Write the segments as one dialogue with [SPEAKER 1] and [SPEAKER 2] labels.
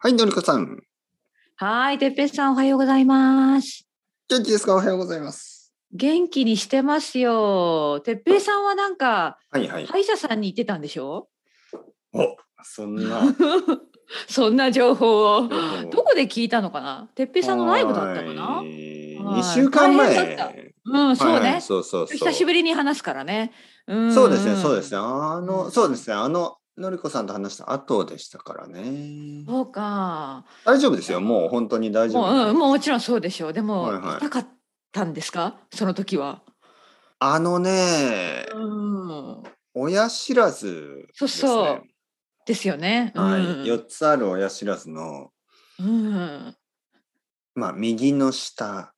[SPEAKER 1] はい、のりこさん。
[SPEAKER 2] はい、てっぺいさんおはようございます。
[SPEAKER 1] 元気ですかおはようございます。
[SPEAKER 2] 元気にしてますよ。てっぺいさんはなんか、
[SPEAKER 1] はいはい。
[SPEAKER 2] 歯医者さんに行ってたんでしょ
[SPEAKER 1] おそんな。
[SPEAKER 2] そんな情報を。 ど
[SPEAKER 1] ど
[SPEAKER 2] こで聞いたのかなてっぺいさんのライブだったかなはい
[SPEAKER 1] 二週間前。
[SPEAKER 2] 大変だったうん、そう
[SPEAKER 1] はいは
[SPEAKER 2] ね
[SPEAKER 1] い。そうそうそう。
[SPEAKER 2] 久しぶりに話すからね。うん
[SPEAKER 1] そうですね、そうですね。。あ
[SPEAKER 2] う
[SPEAKER 1] の、
[SPEAKER 2] ん
[SPEAKER 1] そうですね。あの、のりこさんと話した後でしたからね。
[SPEAKER 2] そうか。
[SPEAKER 1] 大丈夫ですよ。もう本当に大丈
[SPEAKER 2] もう、うん、
[SPEAKER 1] 夫。
[SPEAKER 2] もうもちろんそうでしょう。でも、
[SPEAKER 1] はいはい
[SPEAKER 2] 痛かったんですかその時は。
[SPEAKER 1] あのね、
[SPEAKER 2] うん。
[SPEAKER 1] 親知らずですね。
[SPEAKER 2] そうそうですよね。
[SPEAKER 1] はい。
[SPEAKER 2] う
[SPEAKER 1] 四つある親知らずの、
[SPEAKER 2] ん。うん。
[SPEAKER 1] まあ、右の下。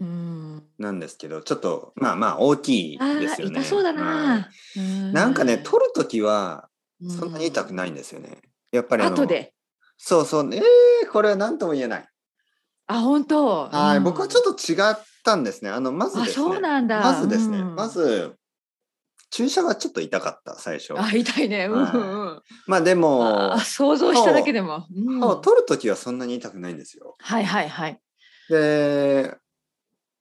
[SPEAKER 2] うん
[SPEAKER 1] なんですけど、ちょっと、まあまあ、大きい
[SPEAKER 2] あー
[SPEAKER 1] ですよね。
[SPEAKER 2] 痛そうだ
[SPEAKER 1] はい
[SPEAKER 2] な。うん
[SPEAKER 1] なんかね、取るときは、そんなに痛く
[SPEAKER 2] ない。
[SPEAKER 1] ないんですよね。やっぱりあの、
[SPEAKER 2] 後で。
[SPEAKER 1] そうそう、えー、これは何とも言えない。
[SPEAKER 2] あ、本当。
[SPEAKER 1] はい、僕はちょっ
[SPEAKER 2] っ
[SPEAKER 1] と違ったんですね。あの、まず
[SPEAKER 2] あ、
[SPEAKER 1] です
[SPEAKER 2] そう
[SPEAKER 1] ね。
[SPEAKER 2] なんだ。
[SPEAKER 1] まずですね、
[SPEAKER 2] うん
[SPEAKER 1] ま。ず、注射がちょっと痛かった、最初。
[SPEAKER 2] あ、痛いね。うんうんうん。
[SPEAKER 1] まあでも
[SPEAKER 2] あ、、想像しただけでも。うん
[SPEAKER 1] もう取るときはそんなに痛くないんですよ。
[SPEAKER 2] はいはいはい。
[SPEAKER 1] で、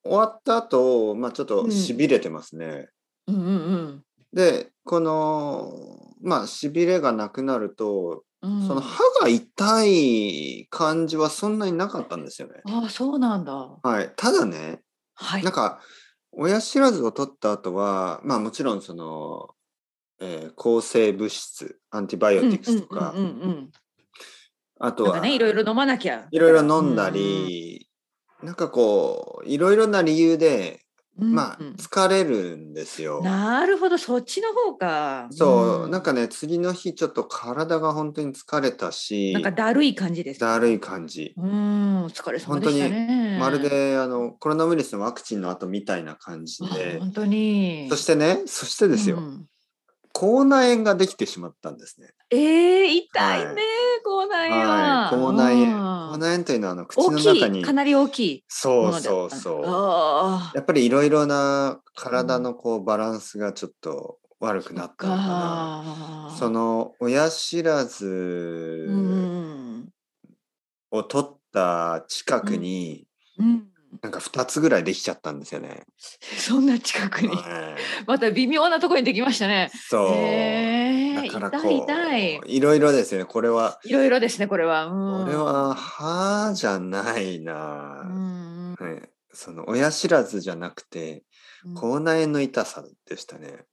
[SPEAKER 1] 終わった後、まあちょっと痺れてますね。
[SPEAKER 2] うんうん
[SPEAKER 1] でこのまあしびれがなくなると、
[SPEAKER 2] うん。うん
[SPEAKER 1] その歯が痛い感じはそんなになかったんですよね。
[SPEAKER 2] あ、そうなんだ。
[SPEAKER 1] はい、ただね
[SPEAKER 2] はい
[SPEAKER 1] なん。か親知らずを取った後はまあもちろんその、えー抗生物質アンティバイオティクスとか、
[SPEAKER 2] うんうんうんうん
[SPEAKER 1] あと
[SPEAKER 2] うん。なん
[SPEAKER 1] は
[SPEAKER 2] かね、いろいろ飲まなきゃ。
[SPEAKER 1] いろいろ飲んだり、なんかこういろいろな理由で、
[SPEAKER 2] うん、
[SPEAKER 1] まあ
[SPEAKER 2] うん
[SPEAKER 1] 疲れるんですよ。
[SPEAKER 2] なるほど、そっちの方か。
[SPEAKER 1] そう、なんか
[SPEAKER 2] か。
[SPEAKER 1] ね次の日ちょっと体が本当に疲れたし
[SPEAKER 2] なんかだるい感じですか。
[SPEAKER 1] だるい感じ、
[SPEAKER 2] うん、お疲れ様でしたね。
[SPEAKER 1] まるであのコロナウイルスのワクチンの後みたいな感じ
[SPEAKER 2] あ
[SPEAKER 1] で
[SPEAKER 2] 本当に。
[SPEAKER 1] そしてねそしてですよ、
[SPEAKER 2] うん
[SPEAKER 1] 口内炎ができてしまったんですね、
[SPEAKER 2] えー、痛いね、口内炎
[SPEAKER 1] はい、口内炎口
[SPEAKER 2] うん
[SPEAKER 1] 内炎というのはあの口の
[SPEAKER 2] 大き
[SPEAKER 1] 中
[SPEAKER 2] い、
[SPEAKER 1] に
[SPEAKER 2] かなり大きい
[SPEAKER 1] そ
[SPEAKER 2] も
[SPEAKER 1] う
[SPEAKER 2] のだった。
[SPEAKER 1] そうそう
[SPEAKER 2] あ
[SPEAKER 1] やっぱりいろいろな体のこうバランスがちょっと悪く
[SPEAKER 2] あ、
[SPEAKER 1] なったのかな
[SPEAKER 2] そっか
[SPEAKER 1] その親知ら
[SPEAKER 2] う
[SPEAKER 1] ず
[SPEAKER 2] ん、
[SPEAKER 1] を取った近くに、
[SPEAKER 2] うん、
[SPEAKER 1] なんか2つぐらいできちゃったんですよね。
[SPEAKER 2] そんな近くに、
[SPEAKER 1] はい
[SPEAKER 2] また微妙なところにできましたね。
[SPEAKER 1] そう、
[SPEAKER 2] えー、
[SPEAKER 1] だからこ
[SPEAKER 2] 痛
[SPEAKER 1] う
[SPEAKER 2] い痛い、
[SPEAKER 1] いろいろですよね。これは、
[SPEAKER 2] いろいろですね、これは。うん、
[SPEAKER 1] これは歯じゃないうな、
[SPEAKER 2] ん、
[SPEAKER 1] はい。その親知らずじゃなくて、
[SPEAKER 2] うん
[SPEAKER 1] 口内炎の痛さでしたね。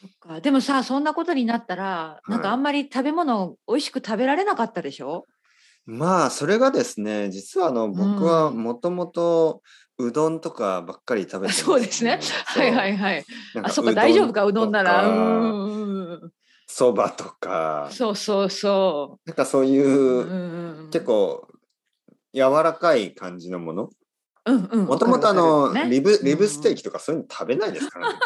[SPEAKER 2] そっかでもさ、そんなことになったら、なんか
[SPEAKER 1] はい
[SPEAKER 2] あんまり食べ物美味しく食べられなかったでしょ。
[SPEAKER 1] まあそれがですね、実はあの僕はもともとうどんとかばっかり食べてま
[SPEAKER 2] そうですね
[SPEAKER 1] そ
[SPEAKER 2] は
[SPEAKER 1] う
[SPEAKER 2] いはいはい。
[SPEAKER 1] なん
[SPEAKER 2] あ、
[SPEAKER 1] か
[SPEAKER 2] そっか、大丈夫か、うどんなら。
[SPEAKER 1] と
[SPEAKER 2] う
[SPEAKER 1] か
[SPEAKER 2] んうんうん。
[SPEAKER 1] そばとか、
[SPEAKER 2] そうそうそ。
[SPEAKER 1] なんかそういうう、
[SPEAKER 2] うん
[SPEAKER 1] 結、構柔らかい感じのものも
[SPEAKER 2] も
[SPEAKER 1] ともとあの、リブリブステー
[SPEAKER 2] キ。
[SPEAKER 1] キとかそういうの食べないです からね。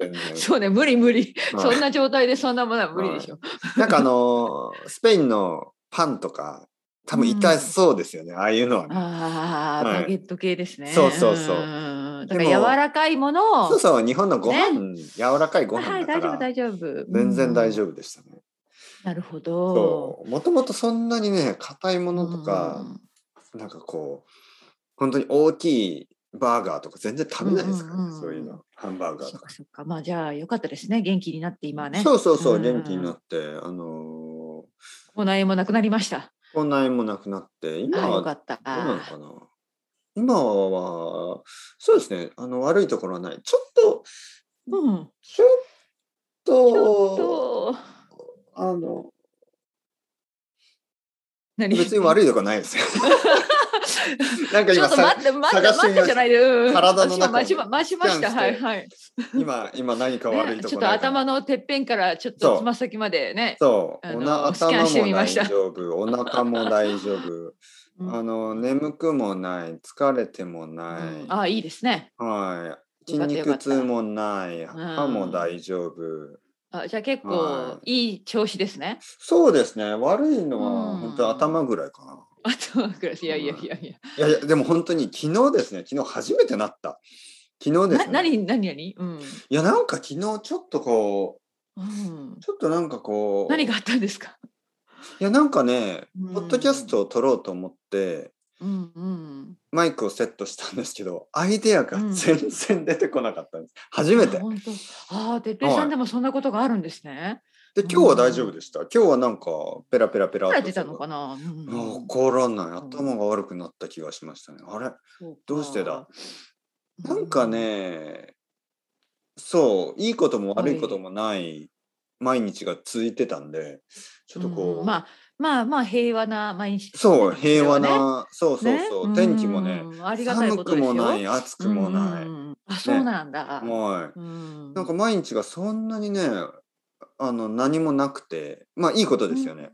[SPEAKER 1] 全然
[SPEAKER 2] そうね、無理無理。
[SPEAKER 1] は
[SPEAKER 2] そ
[SPEAKER 1] い
[SPEAKER 2] んな状態でそんなものは無理でしょ。
[SPEAKER 1] なんかあのスペインのパンとか多分痛そうですよね、ああいうのはね、
[SPEAKER 2] ああ、
[SPEAKER 1] はい
[SPEAKER 2] バゲット系ですね。
[SPEAKER 1] そうそうそうん
[SPEAKER 2] んんだか
[SPEAKER 1] で
[SPEAKER 2] ら
[SPEAKER 1] も
[SPEAKER 2] 柔らかいものを。
[SPEAKER 1] そうそう日本のご飯、柔らかいご
[SPEAKER 2] はいは
[SPEAKER 1] 飯
[SPEAKER 2] い、
[SPEAKER 1] だか
[SPEAKER 2] 大丈
[SPEAKER 1] ら、
[SPEAKER 2] 夫大丈夫。
[SPEAKER 1] 全然大丈
[SPEAKER 2] 夫。
[SPEAKER 1] 夫でしたね。
[SPEAKER 2] なるほど。
[SPEAKER 1] そうもともとそんなにね硬いものと
[SPEAKER 2] う
[SPEAKER 1] か、
[SPEAKER 2] ん
[SPEAKER 1] なんかこう本当に大きいバーガーとか全然食べないですからね、
[SPEAKER 2] うんうんうん
[SPEAKER 1] そういうのハンバーガー
[SPEAKER 2] そ
[SPEAKER 1] と
[SPEAKER 2] っ
[SPEAKER 1] か。
[SPEAKER 2] かそっか。まあじゃあよかったですね。元気になって今はね。
[SPEAKER 1] そうそうそう、
[SPEAKER 2] うん
[SPEAKER 1] 元気になって、あの
[SPEAKER 2] お悩みもなくなりました。
[SPEAKER 1] ー、こんなもなくなって今
[SPEAKER 2] ああ
[SPEAKER 1] は
[SPEAKER 2] よかった。
[SPEAKER 1] どうなのかな今は、そうですね、あの悪いところはない。ちょっと、
[SPEAKER 2] うん。
[SPEAKER 1] ちょっと、
[SPEAKER 2] ちょっと。
[SPEAKER 1] あの、
[SPEAKER 2] 何
[SPEAKER 1] 別に悪いところない ですよ。なんか
[SPEAKER 2] ちょ
[SPEAKER 1] 今
[SPEAKER 2] っと
[SPEAKER 1] さ
[SPEAKER 2] 待って、待って、
[SPEAKER 1] 探して
[SPEAKER 2] 待
[SPEAKER 1] み
[SPEAKER 2] っ
[SPEAKER 1] まし
[SPEAKER 2] て
[SPEAKER 1] た
[SPEAKER 2] じゃないで、うん、
[SPEAKER 1] 体の中を
[SPEAKER 2] 待ちま待ちました、
[SPEAKER 1] スキ
[SPEAKER 2] は
[SPEAKER 1] ャン
[SPEAKER 2] い
[SPEAKER 1] して
[SPEAKER 2] はい。
[SPEAKER 1] 今、今何か悪い
[SPEAKER 2] ね
[SPEAKER 1] と
[SPEAKER 2] ち
[SPEAKER 1] こ
[SPEAKER 2] ょっ
[SPEAKER 1] ろな
[SPEAKER 2] と
[SPEAKER 1] いかな
[SPEAKER 2] 頭のてっぺんからちょっ
[SPEAKER 1] そう
[SPEAKER 2] とつま先までね。
[SPEAKER 1] そう、
[SPEAKER 2] あの
[SPEAKER 1] おな
[SPEAKER 2] スキャ
[SPEAKER 1] 頭
[SPEAKER 2] ンしてみ
[SPEAKER 1] も
[SPEAKER 2] ま
[SPEAKER 1] 大
[SPEAKER 2] した
[SPEAKER 1] 丈夫、お腹も大丈夫、
[SPEAKER 2] うん
[SPEAKER 1] あの眠くもない、疲れてもな
[SPEAKER 2] う
[SPEAKER 1] い、
[SPEAKER 2] んあ、いいですね。
[SPEAKER 1] はい、筋
[SPEAKER 2] よかったよか
[SPEAKER 1] 肉
[SPEAKER 2] った
[SPEAKER 1] 痛もない、歯も大丈夫。
[SPEAKER 2] あじゃあ結
[SPEAKER 1] は
[SPEAKER 2] 構いい調子ですね。
[SPEAKER 1] そうですね、悪いのは
[SPEAKER 2] うん
[SPEAKER 1] 本当頭ぐらいかな。
[SPEAKER 2] あとは暮らし、いやいやいやいや。
[SPEAKER 1] いやいや、でも本当に昨日ですね、昨日初めてなった。昨日です
[SPEAKER 2] な
[SPEAKER 1] ね。い
[SPEAKER 2] 何何何うん。
[SPEAKER 1] や、なんか昨日ちょっとこ
[SPEAKER 2] うん
[SPEAKER 1] う、ちょっとなんかこう、
[SPEAKER 2] 何があったんですか
[SPEAKER 1] いやなんかね、
[SPEAKER 2] うん
[SPEAKER 1] ポッドキャストを撮ろうと思って
[SPEAKER 2] うんうん。
[SPEAKER 1] マイクをセットしたんですけどアイデアが全然出てこなかったんです、初めて
[SPEAKER 2] あ本当。ああ、てっぺいさんでもそんなことがあるんですね。
[SPEAKER 1] で今日は大丈夫でした今日はなんかペラペラペラ
[SPEAKER 2] い
[SPEAKER 1] っ
[SPEAKER 2] く
[SPEAKER 1] と
[SPEAKER 2] ら出たのかな。うん
[SPEAKER 1] 分からない頭が悪くなった気がしましたねあれ
[SPEAKER 2] そうか
[SPEAKER 1] どうしてだなんか。
[SPEAKER 2] う
[SPEAKER 1] ねそういいことも悪いこともない毎日が続いてたんでちょっとこう、
[SPEAKER 2] んまあ、まあ、まあ、平和な毎日、
[SPEAKER 1] そう平和
[SPEAKER 2] ね。
[SPEAKER 1] な、そうそう
[SPEAKER 2] ね
[SPEAKER 1] そう、天気もね、。
[SPEAKER 2] うんありがたい
[SPEAKER 1] 寒
[SPEAKER 2] こと
[SPEAKER 1] く
[SPEAKER 2] ですよ。
[SPEAKER 1] もない暑くもない、
[SPEAKER 2] うんうんうんあ、そうなんだ。
[SPEAKER 1] はい
[SPEAKER 2] うん
[SPEAKER 1] なんか毎日がそんなにねあの何もなくてまあいいことですよね、。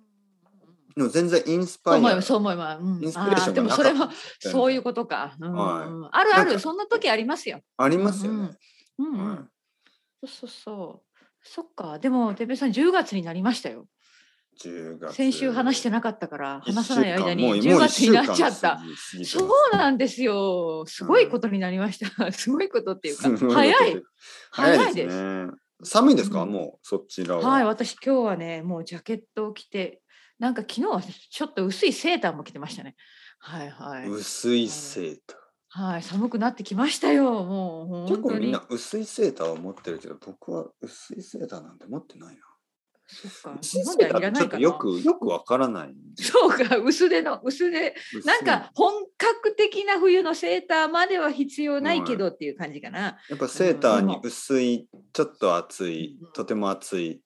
[SPEAKER 1] でも全然インス
[SPEAKER 2] そう
[SPEAKER 1] パイ
[SPEAKER 2] 思い
[SPEAKER 1] ア
[SPEAKER 2] ます。そう思います。うん
[SPEAKER 1] インスピレーションがなか
[SPEAKER 2] あーでもそれ
[SPEAKER 1] った
[SPEAKER 2] もそういう
[SPEAKER 1] と
[SPEAKER 2] ことか。うん
[SPEAKER 1] はい
[SPEAKER 2] うんあるあ
[SPEAKER 1] なんか
[SPEAKER 2] る、そんな時ありますよ。
[SPEAKER 1] ありますよね、
[SPEAKER 2] うんうん
[SPEAKER 1] はい
[SPEAKER 2] そうそうそう。そっか、でも、てっぺいさん、10月になりましたよ。
[SPEAKER 1] 10月
[SPEAKER 2] 先週話してなかったから、話さない間に
[SPEAKER 1] 一週間
[SPEAKER 2] 10
[SPEAKER 1] もうもう
[SPEAKER 2] 月
[SPEAKER 1] 一週
[SPEAKER 2] に
[SPEAKER 1] 間
[SPEAKER 2] なっちゃった。
[SPEAKER 1] 過ぎ 過ぎてます
[SPEAKER 2] そうなんですよ。すごいことになりました。すごいことっていうか、
[SPEAKER 1] すごいこと
[SPEAKER 2] 早い。
[SPEAKER 1] 早
[SPEAKER 2] 早
[SPEAKER 1] い
[SPEAKER 2] い
[SPEAKER 1] で
[SPEAKER 2] ですす
[SPEAKER 1] ね寒いですか、
[SPEAKER 2] うん
[SPEAKER 1] もうそちらは、
[SPEAKER 2] はい、私今日はね、もうジャケットを着て、なんか昨日はちょっと薄いセーターも着てましたね。はいはい。
[SPEAKER 1] 薄いセーター
[SPEAKER 2] はい、寒くなってきましたよ。もう本当
[SPEAKER 1] 結
[SPEAKER 2] に。
[SPEAKER 1] 構みんな薄いセーターを持ってるけど僕は薄いセーターなんて持ってないな
[SPEAKER 2] そっか。
[SPEAKER 1] 薄い
[SPEAKER 2] 日
[SPEAKER 1] セ
[SPEAKER 2] 本
[SPEAKER 1] ー
[SPEAKER 2] で
[SPEAKER 1] タ
[SPEAKER 2] は
[SPEAKER 1] ー
[SPEAKER 2] いら
[SPEAKER 1] って
[SPEAKER 2] な
[SPEAKER 1] ちょっ
[SPEAKER 2] いか
[SPEAKER 1] と
[SPEAKER 2] な。
[SPEAKER 1] よくよくわからないんで
[SPEAKER 2] そうか、薄手の薄手。
[SPEAKER 1] 薄い
[SPEAKER 2] なんか本格的な冬のセーターまでは必要ないけどっていう感じかな。
[SPEAKER 1] やっぱセーターに薄いちょっと厚い
[SPEAKER 2] うん
[SPEAKER 1] とても厚い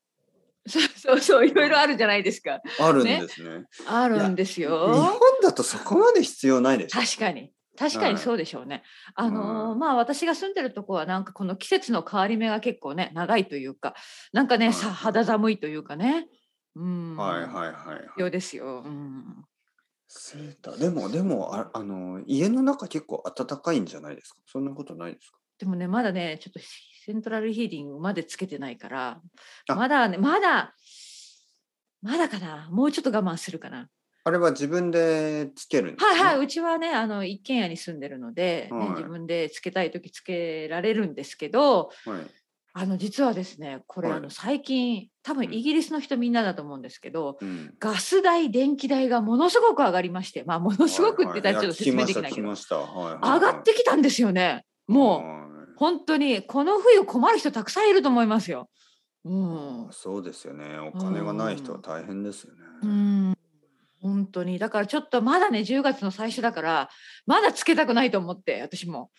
[SPEAKER 2] そうそうそう、いろいろあるじゃないですか。
[SPEAKER 1] あるんですね
[SPEAKER 2] あるんです
[SPEAKER 1] 日本
[SPEAKER 2] よ。
[SPEAKER 1] だとそこまで必要ないでしょ
[SPEAKER 2] 確かに。確かにそうでしょうね。あのー
[SPEAKER 1] うん
[SPEAKER 2] まあ私が住んでるとこはなんかこの季節の変わり目が結構ね長いというかなんか
[SPEAKER 1] は
[SPEAKER 2] ね
[SPEAKER 1] い
[SPEAKER 2] さ肌寒いというかねうん
[SPEAKER 1] はいはい
[SPEAKER 2] い
[SPEAKER 1] はい、
[SPEAKER 2] 必
[SPEAKER 1] は
[SPEAKER 2] 要
[SPEAKER 1] い、
[SPEAKER 2] ですよ、うん、
[SPEAKER 1] セーターでもでもああの家の中結構暖かいんじゃないですかそんなことないですか
[SPEAKER 2] でもねまだねちょっとセントラルヒーリングまでつけてないから
[SPEAKER 1] あ
[SPEAKER 2] まだねまだまだかなもうちょっと我慢するかな
[SPEAKER 1] あれは自分でつけるんです
[SPEAKER 2] はいはい
[SPEAKER 1] いう
[SPEAKER 2] ちはねあの一軒家に住んでるので、ね
[SPEAKER 1] はい
[SPEAKER 2] 自分でつけたい時つけられるんですけど
[SPEAKER 1] はい
[SPEAKER 2] あの実はですねこれ、
[SPEAKER 1] はい
[SPEAKER 2] あの最近多
[SPEAKER 1] う
[SPEAKER 2] 分
[SPEAKER 1] ん
[SPEAKER 2] イギリスの人みんなだと思うんですけど、
[SPEAKER 1] うん
[SPEAKER 2] ガス代電気代がものすごく上がりましてまあものすごくって言ったらちょっと説明できないけど、
[SPEAKER 1] はいはいいや聞きました聞きましたはいはいはい
[SPEAKER 2] 上がってきたんですよねもう。本当にこの冬困る人たくさんいると思いますよ。うん
[SPEAKER 1] はい、そうですよねお金がない人は大変ですよね、
[SPEAKER 2] うん本当にだからちょっとまだね10月の最初だからまだつけたくないと思って私も。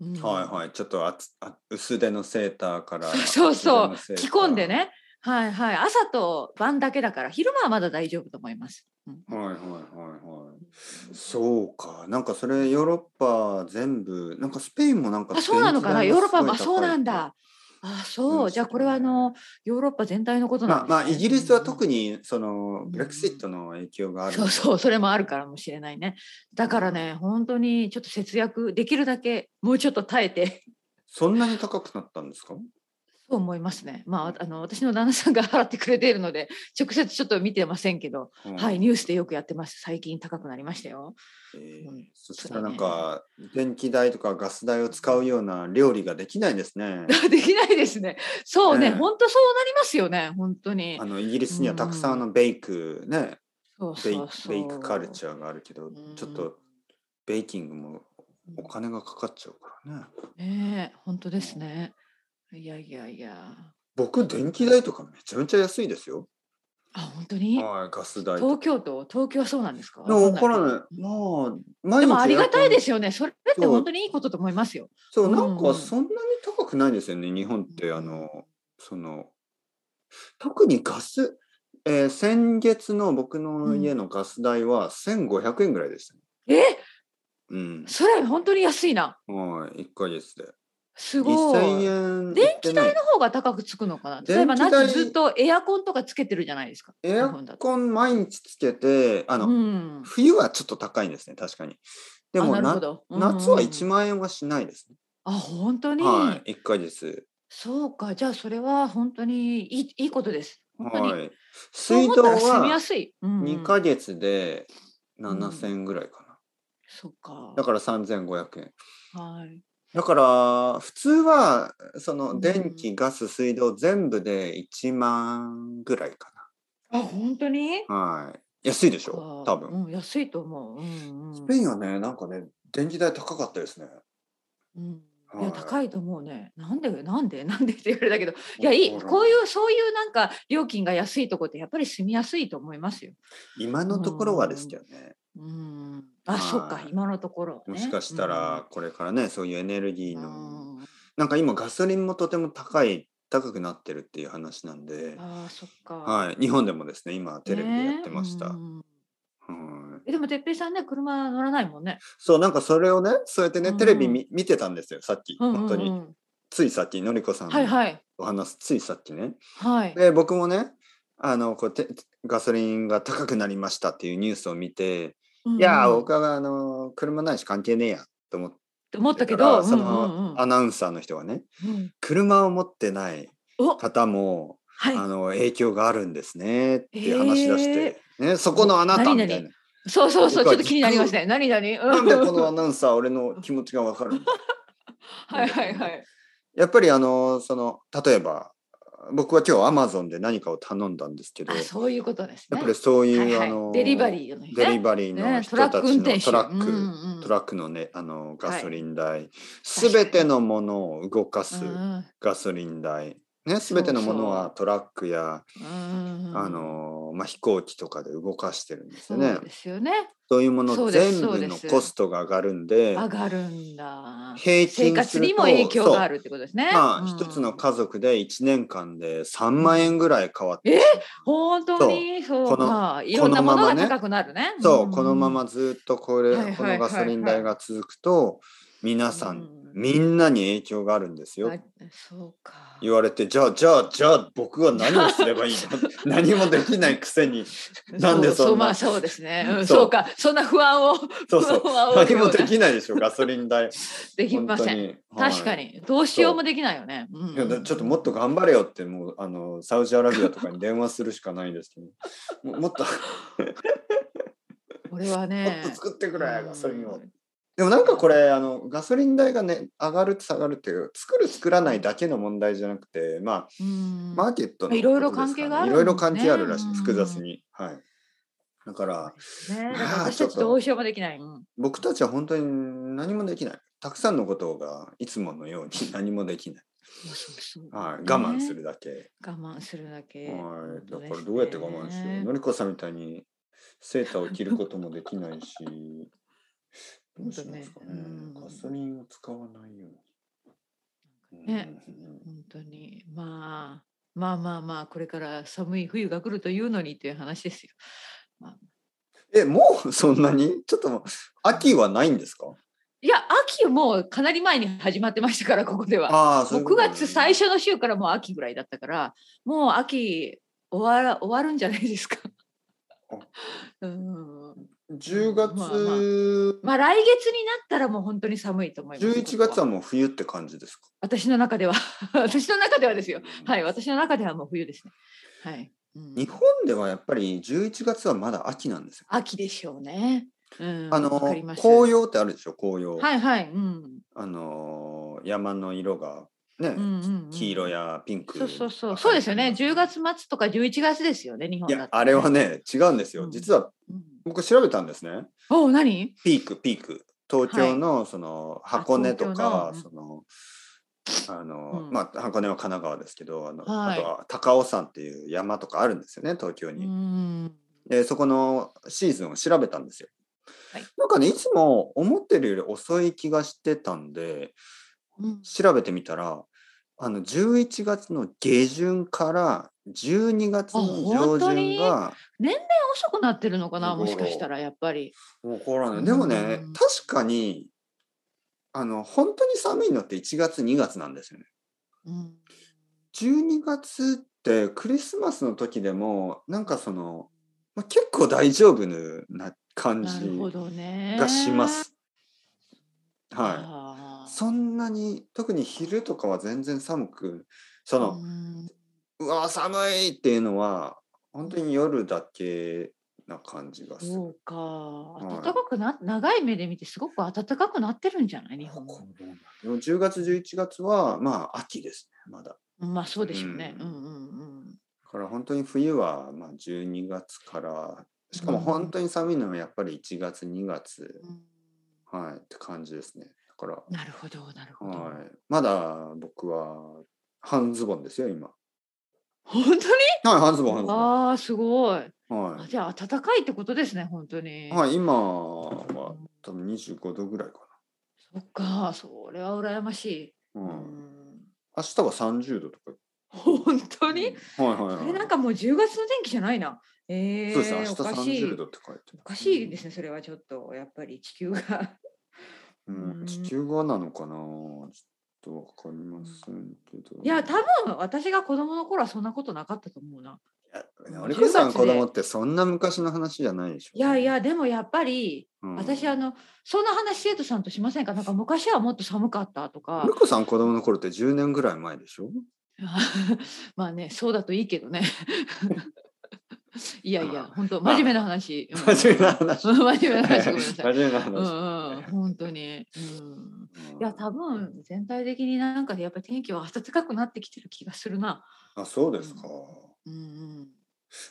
[SPEAKER 2] うん
[SPEAKER 1] はいはい、ちょっとあつあ薄手のセーターから。
[SPEAKER 2] そうそう
[SPEAKER 1] 厚手のセーター
[SPEAKER 2] 着込んで。ねはいはい朝と晩だけだから昼間はまだ大丈夫と思います。うん
[SPEAKER 1] はいはいはいはい。そうか、なんかそれヨーロッパ全部、なんかスペインもなんか。
[SPEAKER 2] あそうなのかなヨーロッパ
[SPEAKER 1] も
[SPEAKER 2] はそうなんだ。あ
[SPEAKER 1] う
[SPEAKER 2] そ
[SPEAKER 1] ん
[SPEAKER 2] うじゃあこれはあのヨーロッパ全体のことなん
[SPEAKER 1] まあ、
[SPEAKER 2] ですね
[SPEAKER 1] まあ、イギリスは特
[SPEAKER 2] に
[SPEAKER 1] にその
[SPEAKER 2] ん
[SPEAKER 1] ブレクシットの影響がある。
[SPEAKER 2] そうそう それもあるからもしれないねだからね本当にちょっと節約できるだけもうちょっと耐えて
[SPEAKER 1] そんなに高くなったんですか。
[SPEAKER 2] そう思いますねまああの私の旦那さんが払ってくれているので直接ちょっと見てませんけど、はいニュースでよくやってます最近高くなりましたよ
[SPEAKER 1] えー
[SPEAKER 2] うん
[SPEAKER 1] そしたらなんか電気代とかガス代を使うような料理ができないです ね。
[SPEAKER 2] できないですねそうね
[SPEAKER 1] ねえ
[SPEAKER 2] 本当そうなりますよね本当に
[SPEAKER 1] あのイギリスにはたくさんあのベイクね、
[SPEAKER 2] そう
[SPEAKER 1] ベイ
[SPEAKER 2] そうそう
[SPEAKER 1] ベイクカルチャーがあるけど、
[SPEAKER 2] うん
[SPEAKER 1] ちょっとベイキングもお金がかかっちゃうからね。
[SPEAKER 2] ねえ本当ですねいやいやいや
[SPEAKER 1] 僕、電気代とかめちゃめちゃ安いですよ。
[SPEAKER 2] あ本当に
[SPEAKER 1] はい、ガス代と
[SPEAKER 2] 東
[SPEAKER 1] か。
[SPEAKER 2] 京都東京はそうなんですか
[SPEAKER 1] でも怒ら
[SPEAKER 2] わかん
[SPEAKER 1] ない。まあ、毎。
[SPEAKER 2] でもありがたいですすよね。それって本当にいいことと思いますよ。
[SPEAKER 1] そう、なん
[SPEAKER 2] う
[SPEAKER 1] か
[SPEAKER 2] ん
[SPEAKER 1] そんなに高くないですよね、日本って。あの、その、特にガス、えー先月の僕の家のガス代は1500円ぐらいでしたね。
[SPEAKER 2] え、
[SPEAKER 1] うん。
[SPEAKER 2] それ本当に安いな。
[SPEAKER 1] はい、1ヶ月で。
[SPEAKER 2] すご
[SPEAKER 1] 2000
[SPEAKER 2] い。
[SPEAKER 1] 円。
[SPEAKER 2] 電気代
[SPEAKER 1] いってない
[SPEAKER 2] の方が高くつくのかな。
[SPEAKER 1] 電気代
[SPEAKER 2] 例えば夏ずっとエアコンとかつけてるじゃないですか。
[SPEAKER 1] エ
[SPEAKER 2] 日
[SPEAKER 1] ア
[SPEAKER 2] 本だと。
[SPEAKER 1] コン毎日つけて、あの、
[SPEAKER 2] うん。
[SPEAKER 1] 冬はちょっと高いんですね、確かに。でも
[SPEAKER 2] あなるほ
[SPEAKER 1] な、
[SPEAKER 2] ど。
[SPEAKER 1] 夏は1
[SPEAKER 2] 万。
[SPEAKER 1] 万円はしないですね。
[SPEAKER 2] あ本当に。
[SPEAKER 1] はい、1ヶ月。
[SPEAKER 2] そうか。じゃあそれは本当にいいいいことです。本当に。
[SPEAKER 1] はい。
[SPEAKER 2] そう
[SPEAKER 1] 水
[SPEAKER 2] 思っ
[SPEAKER 1] 道
[SPEAKER 2] たら住みや
[SPEAKER 1] は
[SPEAKER 2] すい。うんうん
[SPEAKER 1] 2ヶ月で7000円ぐらいかな。
[SPEAKER 2] そうか。
[SPEAKER 1] だから3500円。
[SPEAKER 2] はい。
[SPEAKER 1] だから、普通は、そ
[SPEAKER 2] うん
[SPEAKER 1] の電気、ガス、水道全部で1万ぐらいか
[SPEAKER 2] あ、本当に
[SPEAKER 1] はい。安いでし
[SPEAKER 2] か
[SPEAKER 1] ょ多分。
[SPEAKER 2] うん、安いと思う。うん、うん。
[SPEAKER 1] スペインはね、なんかね、電気代高かったですね。
[SPEAKER 2] うんい
[SPEAKER 1] は
[SPEAKER 2] や
[SPEAKER 1] い
[SPEAKER 2] 高いと思うね。なんでなんで なんでって言われたけど、いやいい
[SPEAKER 1] ほら
[SPEAKER 2] こういうそういうなんか料金が安いとこってやっぱり住みやすいと思いますよ。
[SPEAKER 1] 今のところはですけどね。
[SPEAKER 2] うん。
[SPEAKER 1] は
[SPEAKER 2] あ、
[SPEAKER 1] い
[SPEAKER 2] そうか今のところはね、
[SPEAKER 1] もしかしたら、これからね、そういうエネルギ
[SPEAKER 2] う
[SPEAKER 1] ー
[SPEAKER 2] ん、
[SPEAKER 1] の。
[SPEAKER 2] あ
[SPEAKER 1] なんか今、ガソリンもとても高い、高くなってるっていう話なんで
[SPEAKER 2] ー。あーそっか。
[SPEAKER 1] はい。日本でもですね、今、テレビでやってまし
[SPEAKER 2] ね
[SPEAKER 1] た
[SPEAKER 2] う。ん
[SPEAKER 1] はい。
[SPEAKER 2] えでもてっぺいさんね車乗らないもんね。
[SPEAKER 1] そう、なんかそれをね、そうやって
[SPEAKER 2] う
[SPEAKER 1] ね、
[SPEAKER 2] ん
[SPEAKER 1] テレビ見見てたんですよ、さっき。
[SPEAKER 2] うんうんうん
[SPEAKER 1] 本当に。ついさっき、のりこさん
[SPEAKER 2] はい
[SPEAKER 1] の
[SPEAKER 2] はい
[SPEAKER 1] お話、ついさっきね。
[SPEAKER 2] はい。
[SPEAKER 1] で僕もねあのこうてガソリンが高くなりましたっていうニュースを見て、
[SPEAKER 2] うんうん
[SPEAKER 1] いやー僕はあの車ないし関係ねえやと思っ
[SPEAKER 2] って思った
[SPEAKER 1] て
[SPEAKER 2] け
[SPEAKER 1] た
[SPEAKER 2] ど、
[SPEAKER 1] ら
[SPEAKER 2] うんう
[SPEAKER 1] そ
[SPEAKER 2] んうん
[SPEAKER 1] のアナウンサーの人がね
[SPEAKER 2] うん
[SPEAKER 1] 車を持ってない
[SPEAKER 2] お
[SPEAKER 1] 方も
[SPEAKER 2] はい
[SPEAKER 1] あの影響があるんですねっていう話し出して、ね、そこのあなた
[SPEAKER 2] 何々
[SPEAKER 1] みたいな。
[SPEAKER 2] そうそうそ
[SPEAKER 1] 僕
[SPEAKER 2] うちょ
[SPEAKER 1] は
[SPEAKER 2] っと気になりますね。何何？
[SPEAKER 1] な
[SPEAKER 2] うん
[SPEAKER 1] でこのアナウンサー俺の気持ちがわかるんだ
[SPEAKER 2] はいはいはい。
[SPEAKER 1] やっぱりあのその例えば僕は今日アマゾンで何かを頼んだんですけど
[SPEAKER 2] あ
[SPEAKER 1] や
[SPEAKER 2] そういうことですね。
[SPEAKER 1] っぱりそういう、
[SPEAKER 2] はいはい
[SPEAKER 1] あの
[SPEAKER 2] デリバリーの日ね
[SPEAKER 1] デリバリーの
[SPEAKER 2] ね、
[SPEAKER 1] 人
[SPEAKER 2] ト
[SPEAKER 1] たちの
[SPEAKER 2] ラック運転手
[SPEAKER 1] トラック、
[SPEAKER 2] うんうん
[SPEAKER 1] トラックのねあのガソリン代す
[SPEAKER 2] 確か
[SPEAKER 1] べ、
[SPEAKER 2] に
[SPEAKER 1] てのものを動かす
[SPEAKER 2] うん
[SPEAKER 1] ガソリン代ねすべてのもの
[SPEAKER 2] そう
[SPEAKER 1] は
[SPEAKER 2] そう
[SPEAKER 1] トラックや、
[SPEAKER 2] うんうん
[SPEAKER 1] あのまあ、飛行機とかで動かしてるんです
[SPEAKER 2] そ
[SPEAKER 1] よ
[SPEAKER 2] う
[SPEAKER 1] ね
[SPEAKER 2] ですよね。
[SPEAKER 1] そういうも
[SPEAKER 2] そう
[SPEAKER 1] の
[SPEAKER 2] です
[SPEAKER 1] 全
[SPEAKER 2] そう
[SPEAKER 1] 部
[SPEAKER 2] で
[SPEAKER 1] の
[SPEAKER 2] す
[SPEAKER 1] コストが上がるんで
[SPEAKER 2] 上がるんだ。
[SPEAKER 1] 平均する
[SPEAKER 2] 生
[SPEAKER 1] と
[SPEAKER 2] 活にも影響があるってことですね。
[SPEAKER 1] そうまあ
[SPEAKER 2] うん
[SPEAKER 1] 一つの家族で1年間で3万円ぐらい変わって、
[SPEAKER 2] え本当にそう
[SPEAKER 1] この
[SPEAKER 2] か。いろんなもの
[SPEAKER 1] このまま
[SPEAKER 2] が
[SPEAKER 1] ね
[SPEAKER 2] 高くなるね。
[SPEAKER 1] そうこのま
[SPEAKER 2] う
[SPEAKER 1] ま
[SPEAKER 2] ん
[SPEAKER 1] ずっとこれ、
[SPEAKER 2] はいはい
[SPEAKER 1] こ
[SPEAKER 2] は
[SPEAKER 1] の
[SPEAKER 2] いは
[SPEAKER 1] ガ
[SPEAKER 2] い
[SPEAKER 1] ソリン代が続くと皆さん、
[SPEAKER 2] うん
[SPEAKER 1] みんなに影響があるんですよ
[SPEAKER 2] あそうか。
[SPEAKER 1] 言われてじゃあじゃあじゃあ僕は何をすればいいの 何もできないくせになんで
[SPEAKER 2] そうそ
[SPEAKER 1] そ
[SPEAKER 2] うんま
[SPEAKER 1] な
[SPEAKER 2] あそうで すね。うん
[SPEAKER 1] そう
[SPEAKER 2] そうか。そんな不安を
[SPEAKER 1] そうそう
[SPEAKER 2] 不安を煽る
[SPEAKER 1] 何
[SPEAKER 2] よう
[SPEAKER 1] も
[SPEAKER 2] な
[SPEAKER 1] できないでしょガソリン代
[SPEAKER 2] できません。
[SPEAKER 1] ん
[SPEAKER 2] 確か、にどうしようもできないよね。うんうん
[SPEAKER 1] はいいやちょっともっと頑張れよってもうあのサウジアラビアとかに電話するしかないんですけどももっと
[SPEAKER 2] これは
[SPEAKER 1] も
[SPEAKER 2] ね
[SPEAKER 1] っと。作ってくれガソリン
[SPEAKER 2] う
[SPEAKER 1] を
[SPEAKER 2] ん
[SPEAKER 1] でもなんかこれあのガソリン代がね上がる下がるっていう作る作らないだけの問題じゃなくてまあ
[SPEAKER 2] うん
[SPEAKER 1] マーケットの
[SPEAKER 2] まあいろいろ
[SPEAKER 1] ことですから
[SPEAKER 2] 関係がある
[SPEAKER 1] い
[SPEAKER 2] もんね
[SPEAKER 1] ろいろ関係あるらし
[SPEAKER 2] う
[SPEAKER 1] い
[SPEAKER 2] ん
[SPEAKER 1] 複雑にはいだから
[SPEAKER 2] ね、だから
[SPEAKER 1] まあ
[SPEAKER 2] 私たち
[SPEAKER 1] ちょっ
[SPEAKER 2] ど
[SPEAKER 1] と
[SPEAKER 2] うしようもできない。うん
[SPEAKER 1] 僕たちは本当に何もできないたくさんのことがいつものように何もできない、はい、我慢す。
[SPEAKER 2] ね
[SPEAKER 1] るだけ、
[SPEAKER 2] 我慢するだけ。
[SPEAKER 1] はい、だからどうやって我慢しようのりこさんみたいにセーターを着ることもできない しどうしますかね
[SPEAKER 2] 本当ねうん
[SPEAKER 1] ガソリンを使わないように、
[SPEAKER 2] ね
[SPEAKER 1] うん
[SPEAKER 2] 本当に、まあ、まあまあまあ、これから寒い冬が来るというのにという話ですよ。
[SPEAKER 1] えもうそんなにちょっと秋はないんですか
[SPEAKER 2] いや、秋もうかなり前に始まってましたから、ここでは。
[SPEAKER 1] ああ
[SPEAKER 2] もう9月最初の週からもう秋ぐらいだったから、もう秋終わら終わるんじゃないですか。うん、
[SPEAKER 1] 10
[SPEAKER 2] まあ
[SPEAKER 1] 月、
[SPEAKER 2] まあ来月になったらもう本当に寒いと思います。
[SPEAKER 1] 11月はもう冬って感じですか
[SPEAKER 2] 私の中では 私の中ではですよ。はいい、私の中ではもう冬ですね。はい。うん
[SPEAKER 1] 日本ではやっぱり11月はまだ秋なんですよ。
[SPEAKER 2] 秋でしょうね。うん、
[SPEAKER 1] あ
[SPEAKER 2] わか
[SPEAKER 1] の
[SPEAKER 2] ります
[SPEAKER 1] 紅葉ってあるでしょ紅葉、
[SPEAKER 2] はいはい、うん、
[SPEAKER 1] あの山の色がね、
[SPEAKER 2] うんうん、うん
[SPEAKER 1] 黄色。やピンク
[SPEAKER 2] そうそうそう、そうですよね。10月末とか11月ですよね。日本
[SPEAKER 1] い
[SPEAKER 2] だと、
[SPEAKER 1] やあれは。ね違うんですよ、
[SPEAKER 2] うん
[SPEAKER 1] 実は
[SPEAKER 2] うん、
[SPEAKER 1] 僕調べたんですね
[SPEAKER 2] おお、何？
[SPEAKER 1] ピークピーク東京のその箱根と
[SPEAKER 2] あ
[SPEAKER 1] か、そ
[SPEAKER 2] 東
[SPEAKER 1] のあの、
[SPEAKER 2] うん
[SPEAKER 1] まあ箱根は神奈川ですけどあの、
[SPEAKER 2] はい
[SPEAKER 1] あとは高尾山っていう山とかあるんですよね東京
[SPEAKER 2] う
[SPEAKER 1] に、
[SPEAKER 2] ん。
[SPEAKER 1] でそこのシーズンを調べたんですよ。
[SPEAKER 2] はい
[SPEAKER 1] なんかねいつも思ってるより遅い気がしてたんで
[SPEAKER 2] うん
[SPEAKER 1] 調べてみたらあの11月の下旬から12月
[SPEAKER 2] あ
[SPEAKER 1] の
[SPEAKER 2] 本
[SPEAKER 1] 上
[SPEAKER 2] 当に
[SPEAKER 1] 旬が
[SPEAKER 2] 年々遅くなってるのかな、もしかしたらやっぱり。
[SPEAKER 1] わからないでもね
[SPEAKER 2] うん
[SPEAKER 1] 確かにあの本当に寒いのって1月2月なんですよね。
[SPEAKER 2] うん。
[SPEAKER 1] 12月ってクリスマスの時でもなんかその、まあ、結構大丈夫な感
[SPEAKER 2] な
[SPEAKER 1] じ
[SPEAKER 2] るほどね。
[SPEAKER 1] がします。は。
[SPEAKER 2] はい
[SPEAKER 1] そんなに特に昼とかは全然寒くその、うわー寒いっていうのは本当に夜だけな感じがす
[SPEAKER 2] そ
[SPEAKER 1] る。
[SPEAKER 2] うか。
[SPEAKER 1] い
[SPEAKER 2] 暖かくな、長い目で見てすごく暖かくなってるんじゃない日本も。
[SPEAKER 1] でも10月11月はまあ秋ですねまだ。
[SPEAKER 2] まあそうでしょうね。
[SPEAKER 1] う
[SPEAKER 2] うんんうんうん。
[SPEAKER 1] から本当に冬はまあ12月からしかも本当に寒いのはやっぱり1月2月、
[SPEAKER 2] うん
[SPEAKER 1] はいって感じですねだから
[SPEAKER 2] なるほどなるほど、
[SPEAKER 1] はい、まだ僕は半ズボンですよ今。
[SPEAKER 2] 本当に
[SPEAKER 1] はい、半ズボン、半ズボ
[SPEAKER 2] ああすごい
[SPEAKER 1] ン。
[SPEAKER 2] あ
[SPEAKER 1] は
[SPEAKER 2] じゃあ暖かいってことですね本当に
[SPEAKER 1] い、はい、今は多分25度ぐらいか
[SPEAKER 2] そっかそれは羨ましい、
[SPEAKER 1] な。う、
[SPEAKER 2] うんん、
[SPEAKER 1] 明日は30度とか。
[SPEAKER 2] 本当に、
[SPEAKER 1] はいはい
[SPEAKER 2] そ
[SPEAKER 1] はい。
[SPEAKER 2] れなんかもう10月の天気じゃないなええ
[SPEAKER 1] そうですね、明
[SPEAKER 2] お
[SPEAKER 1] 日
[SPEAKER 2] かしい
[SPEAKER 1] 30度って書いてある。
[SPEAKER 2] おかしいですねそれはちょっとやっぱり地球が
[SPEAKER 1] うん
[SPEAKER 2] う、ん
[SPEAKER 1] 地球側なのかな。ちょっとわかりませんけど。
[SPEAKER 2] いや多分私が子供の頃はそんなことなかったと思うない
[SPEAKER 1] や。オリコさん
[SPEAKER 2] 10月で
[SPEAKER 1] 子供ってそんな昔の話じゃないでしょ。
[SPEAKER 2] いやいやでもやっぱり
[SPEAKER 1] うん、
[SPEAKER 2] 私あのそんな話生徒さんとしませんかなんか昔はもっと寒かったと
[SPEAKER 1] オ
[SPEAKER 2] か
[SPEAKER 1] リコさん子供の頃って10年ぐらい前でしょ。
[SPEAKER 2] まあねそうだといいけどね いやいや本当真面目な話うん
[SPEAKER 1] 真面目な話。
[SPEAKER 2] 真面目な話ごめんなさい
[SPEAKER 1] 真面目な話。
[SPEAKER 2] うんうん本当に、うん、いや多分全体的になんかやっぱり天気は暖かくなってきてる気がするな。
[SPEAKER 1] あそうですか。
[SPEAKER 2] うんうん、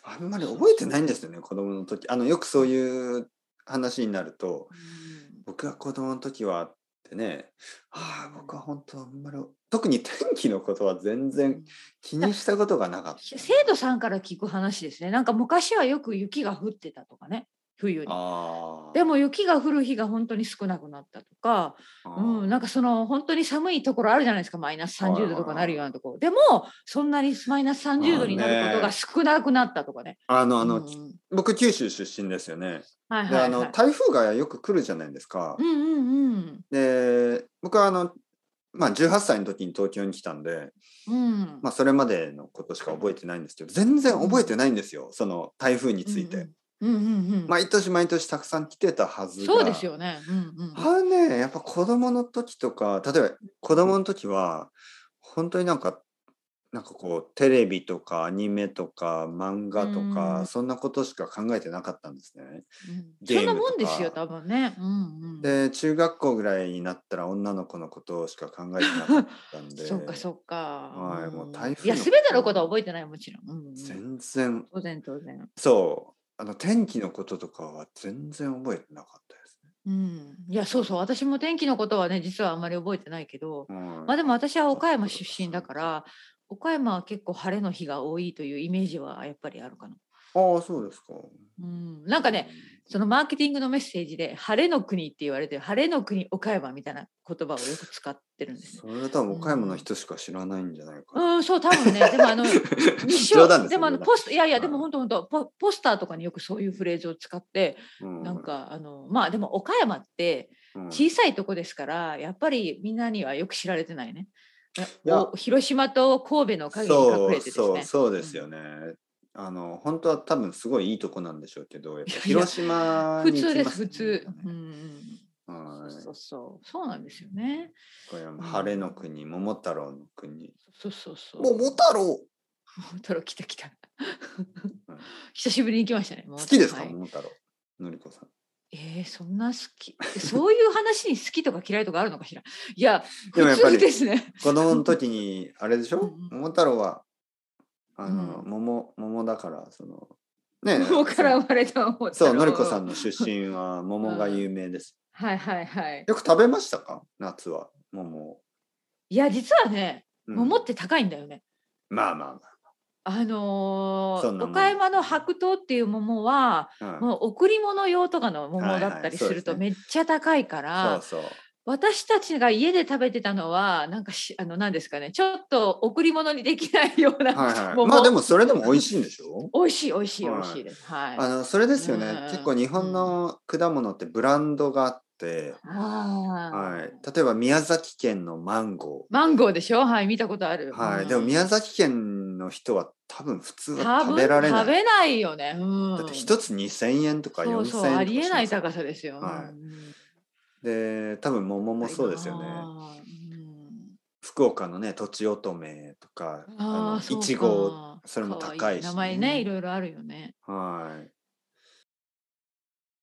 [SPEAKER 1] あんまり覚えてないんですよね子供の時あのよくそういう話になると「僕が子供の時は」ってね「ああ僕は本当あんまり特に天気のことは全
[SPEAKER 2] う
[SPEAKER 1] 然
[SPEAKER 2] ん
[SPEAKER 1] 気にしたことがなかった」
[SPEAKER 2] 生徒さんから聞く話ですねなんか昔はよく雪が降ってたとかね冬に。
[SPEAKER 1] あー
[SPEAKER 2] でも雪が降る日が本当に少なくなったとか、
[SPEAKER 1] あ
[SPEAKER 2] う
[SPEAKER 1] ー
[SPEAKER 2] ん、なんかその本当に寒いところあるじゃないですかマイナス30度とかなるようなところでもそんなにマイナス30度になることが少なくなったとかね。
[SPEAKER 1] あのあ
[SPEAKER 2] う
[SPEAKER 1] の、
[SPEAKER 2] んうん
[SPEAKER 1] 僕九州出身ですよね。
[SPEAKER 2] はい
[SPEAKER 1] で
[SPEAKER 2] は
[SPEAKER 1] あ
[SPEAKER 2] いは
[SPEAKER 1] の
[SPEAKER 2] い。
[SPEAKER 1] 台風がよく来るじゃないですか。
[SPEAKER 2] うんうんうん
[SPEAKER 1] で僕はあのまあ18歳の時に東京に来たんで。
[SPEAKER 2] うん。
[SPEAKER 1] まあ、それまでのことしか覚えてないんですけど全然覚えてないんですよ、その台風について、
[SPEAKER 2] うんうんうんうんうん
[SPEAKER 1] 毎年毎年たくさん来てたはずが
[SPEAKER 2] そうですよね。うんうん。
[SPEAKER 1] あれねやっぱ子供の時とか例えば子供の時は本当になんかなんかこうテレビとかアニメとか漫画とか、
[SPEAKER 2] うん
[SPEAKER 1] そんなことしか考えてなかったんですね。
[SPEAKER 2] うん
[SPEAKER 1] ゲー
[SPEAKER 2] そ
[SPEAKER 1] ムとか
[SPEAKER 2] んなもんですよ、多分ね。うんうん。
[SPEAKER 1] で中学校ぐらいになったら女の子のことしか考えてなかったんで
[SPEAKER 2] そうかそうか。
[SPEAKER 1] はい
[SPEAKER 2] ん
[SPEAKER 1] もう台風
[SPEAKER 2] いや、
[SPEAKER 1] の
[SPEAKER 2] すべてのことは覚えてない、もちろん。うんうん
[SPEAKER 1] 全然
[SPEAKER 2] 当然当然。
[SPEAKER 1] そうあの天気のこととかは全然覚えてなかったですね。
[SPEAKER 2] うん。いや、そうそう、私も天気のことはね、実はあんまり覚えてないけ
[SPEAKER 1] は
[SPEAKER 2] ど。
[SPEAKER 1] い
[SPEAKER 2] まあ、でも、私は岡山出身だから。岡山は結構晴れの日が多いというイメージはやっぱりあるかな。
[SPEAKER 1] ああ、そうですか。
[SPEAKER 2] うん、なんかね、そのマーケティングのメッセージで「晴れの国」って言われてる「晴れの国岡山」みたいな言葉をよく使ってるんですね
[SPEAKER 1] それは多分岡山の人しか知らないんじゃないかな。
[SPEAKER 2] うん、そう、多分ね、でもあの、日
[SPEAKER 1] 冗談です
[SPEAKER 2] でもあの
[SPEAKER 1] 冗談
[SPEAKER 2] ポスいやいや、で
[SPEAKER 1] う
[SPEAKER 2] も
[SPEAKER 1] ん
[SPEAKER 2] 本当本当ポ、ポスターとかによくそういうフレーズを使って、
[SPEAKER 1] うん
[SPEAKER 2] なん、か、あの、まあでも岡山って
[SPEAKER 1] うん
[SPEAKER 2] 小さいとこですから、やっぱりみんなにはよく知られてないね。
[SPEAKER 1] や
[SPEAKER 2] お広島と神戸の陰に隠
[SPEAKER 1] そ
[SPEAKER 2] れ
[SPEAKER 1] う
[SPEAKER 2] てです
[SPEAKER 1] そう
[SPEAKER 2] ね。
[SPEAKER 1] そうですよね。あの本当は多分すごいいいとこなんでしょうけど、やっぱ
[SPEAKER 2] いや
[SPEAKER 1] 広島
[SPEAKER 2] 普
[SPEAKER 1] に行
[SPEAKER 2] 通
[SPEAKER 1] き
[SPEAKER 2] で、
[SPEAKER 1] ますす
[SPEAKER 2] 普
[SPEAKER 1] ね
[SPEAKER 2] 通。うん。そ
[SPEAKER 1] は
[SPEAKER 2] う
[SPEAKER 1] い
[SPEAKER 2] そうそう、そうなんですよね。
[SPEAKER 1] 岡山晴れの国、桃太郎の国。
[SPEAKER 2] そうそうそう。
[SPEAKER 1] 桃太郎。
[SPEAKER 2] 桃太郎来た来た
[SPEAKER 1] うん。
[SPEAKER 2] 久しぶりに行きましたね。好
[SPEAKER 1] 好きですか、
[SPEAKER 2] はい
[SPEAKER 1] 桃太郎。のりこさん。
[SPEAKER 2] えー、そんな好きそういう話に好きとか嫌いとかあるのかしらいや
[SPEAKER 1] でもや
[SPEAKER 2] 普
[SPEAKER 1] っぱり
[SPEAKER 2] 通ですね
[SPEAKER 1] 子供の時にあれでしょ
[SPEAKER 2] うんうん
[SPEAKER 1] 桃太郎はあの、
[SPEAKER 2] うん
[SPEAKER 1] 桃桃だからその ね
[SPEAKER 2] 桃から生まれた桃
[SPEAKER 1] そうそうのりこさん
[SPEAKER 2] ん
[SPEAKER 1] の出身は桃が有名です、
[SPEAKER 2] はいはいはい
[SPEAKER 1] よく食べましたか夏は桃を、
[SPEAKER 2] いや実はね
[SPEAKER 1] うん
[SPEAKER 2] 桃って高いんだよね、
[SPEAKER 1] まあま
[SPEAKER 2] あの
[SPEAKER 1] そんなも
[SPEAKER 2] ー、
[SPEAKER 1] ん
[SPEAKER 2] 岡山の白桃っていう桃は
[SPEAKER 1] あまあ、うん
[SPEAKER 2] もう贈り物用とかの桃だ
[SPEAKER 1] は
[SPEAKER 2] っ
[SPEAKER 1] いは
[SPEAKER 2] た
[SPEAKER 1] い
[SPEAKER 2] り
[SPEAKER 1] そう
[SPEAKER 2] す
[SPEAKER 1] で
[SPEAKER 2] る
[SPEAKER 1] すね
[SPEAKER 2] とめっちゃ高いから、
[SPEAKER 1] そうそう
[SPEAKER 2] 私たちが家で食べてたのはなんかしあの何ですかねちょっと贈り物にできないような、
[SPEAKER 1] はいはい
[SPEAKER 2] 桃
[SPEAKER 1] まあでもそれでも美味しいんでしょ
[SPEAKER 2] 美味しい美味しい美
[SPEAKER 1] はい
[SPEAKER 2] 味しいですはい
[SPEAKER 1] あのそれですよね、
[SPEAKER 2] うん
[SPEAKER 1] 結構日本の果物ってブランドがあって、
[SPEAKER 2] あー
[SPEAKER 1] はい、例えば宮崎県のマンゴー、
[SPEAKER 2] マンゴーでしょはい、見たことある。
[SPEAKER 1] は
[SPEAKER 2] う
[SPEAKER 1] い、
[SPEAKER 2] ん
[SPEAKER 1] でも宮崎県の人は多分普通は
[SPEAKER 2] 多分
[SPEAKER 1] 食べられない。
[SPEAKER 2] 食べないよね。うん、
[SPEAKER 1] だって一つ2000円とか4000
[SPEAKER 2] そ
[SPEAKER 1] 円
[SPEAKER 2] う
[SPEAKER 1] とか
[SPEAKER 2] そう、ありえない
[SPEAKER 1] します
[SPEAKER 2] 高さですよ。
[SPEAKER 1] はい
[SPEAKER 2] うん
[SPEAKER 1] で多分桃もそうですよね
[SPEAKER 2] あーうん
[SPEAKER 1] 福岡のねとちおとめとか
[SPEAKER 2] あ
[SPEAKER 1] の
[SPEAKER 2] ー、そう
[SPEAKER 1] い
[SPEAKER 2] か
[SPEAKER 1] ちごそれも高いしね
[SPEAKER 2] 可愛名前ね、いろいろあるよね。
[SPEAKER 1] はい